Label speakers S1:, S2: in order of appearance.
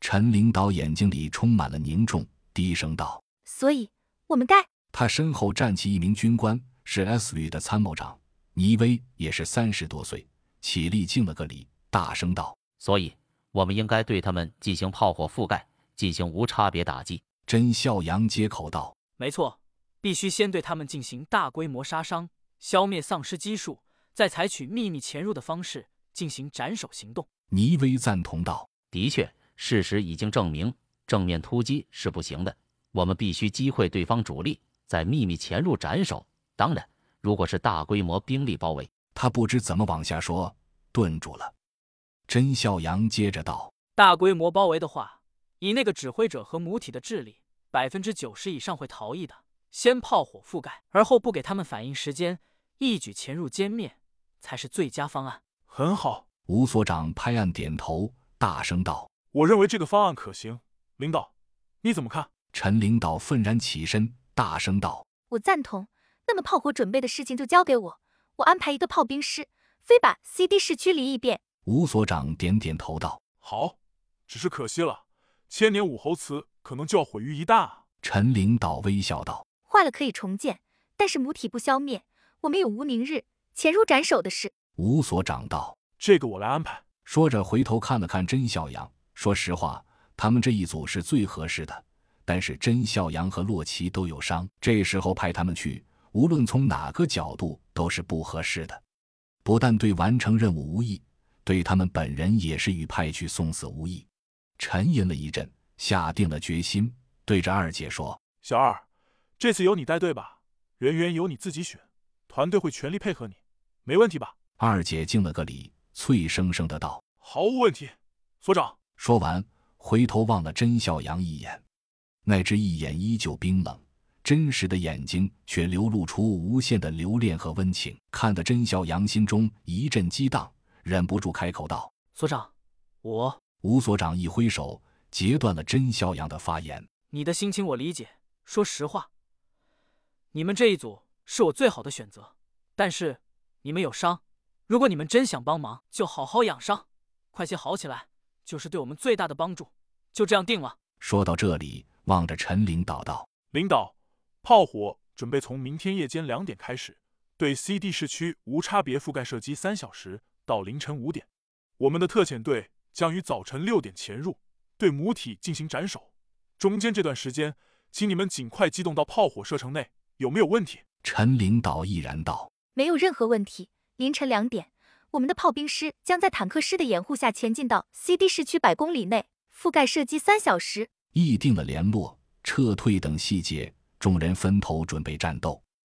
S1: 陈领导眼睛里充满了凝重，低声道
S2: 所以我们该：“
S1: 他身后站起一名军官，是 S 旅的参谋长倪威，也是三十多岁，起立敬了个礼，大声道。”
S3: 所以我们应该对他们进行炮火覆盖，进行无差别打击。
S1: 甄孝阳接口道
S4: 没错，必须先对他们进行大规模杀伤，消灭丧尸基数，再采取秘密潜入的方式进行斩首行动。：“
S1: 倪威赞同道。
S3: 的确，事实已经证明，正面突击是不行的，我们必须击溃对方主力，再秘密潜入斩首。当然，如果是大规模兵力包围，”
S1: 他不知怎么往下说，顿住了。甄孝阳接着道
S4: 大规模包围的话，以那个指挥者和母体的智力，百分之九十以上会逃逸的。先炮火覆盖，而后不给他们反应时间，一举潜入歼灭，才是最佳方案。
S5: 很好，：“
S1: 吴所长拍案点头，大声道
S5: 我认为这个方案可行。领导，你怎么看？：‘
S1: 陈领导愤然起身，大声道。’
S2: 我赞同。那么炮火准备的事情就交给我，我安排一个炮兵师，非把 C D 市区离一遍。
S1: 吴所长点点头道
S5: 好，只是可惜了，千年武侯祠可能就要毁于一旦啊。：“
S1: 陈领导微笑道。”
S2: 坏了可以重建，但是母体不消灭，我们有无宁日潜入斩首的事。
S1: 吴所长道。
S5: 这个我来安排。
S1: 说着回头看了看甄孝阳，说实话，他们这一组是最合适的。但是甄孝阳和洛奇都有伤，这时候派他们去，无论从哪个角度都是不合适的。不但对完成任务无益，对他们本人也是与派去送死无益。沉吟了一阵，下定了决心，对着二姐说
S5: 小二，这次由你带队吧，人员由你自己选，团队会全力配合你，没问题吧？：“
S1: 二姐敬了个礼，脆生生的道。
S5: 毫无问题。所长，”
S1: 说完，回头望了甄孝阳一眼，那只一眼依旧冰冷，真实的眼睛却流露出无限的留恋和温情，看得甄孝阳心中一阵激荡，忍不住开口道
S4: 所长，我，：“
S1: 吴所长！”一挥手，截断了甄孝阳的发言。
S4: 你的心情我理解。说实话，你们这一组是我最好的选择，但是你们有伤，如果你们真想帮忙，就好好养伤，快些好起来，就是对我们最大的帮助。就这样定了。
S1: 说到这里，望着陈领导道
S5: 领导，炮火准备从明天夜间两点开始，对 C D 市区无差别覆盖射击三小时，到凌晨五点。我们的特遣队将于早晨六点潜入，对母体进行斩首。中间这段时间，请你们尽快机动到炮火射程内，有没有问题？：“
S1: 陈领导毅然道。
S2: 没有任何问题。凌晨两点，我们的炮兵师将在坦克师的掩护下前进到 CD 市区百公里内，覆盖射击三小时。”
S1: 议定了联络、撤退等细节，众人分头准备战斗。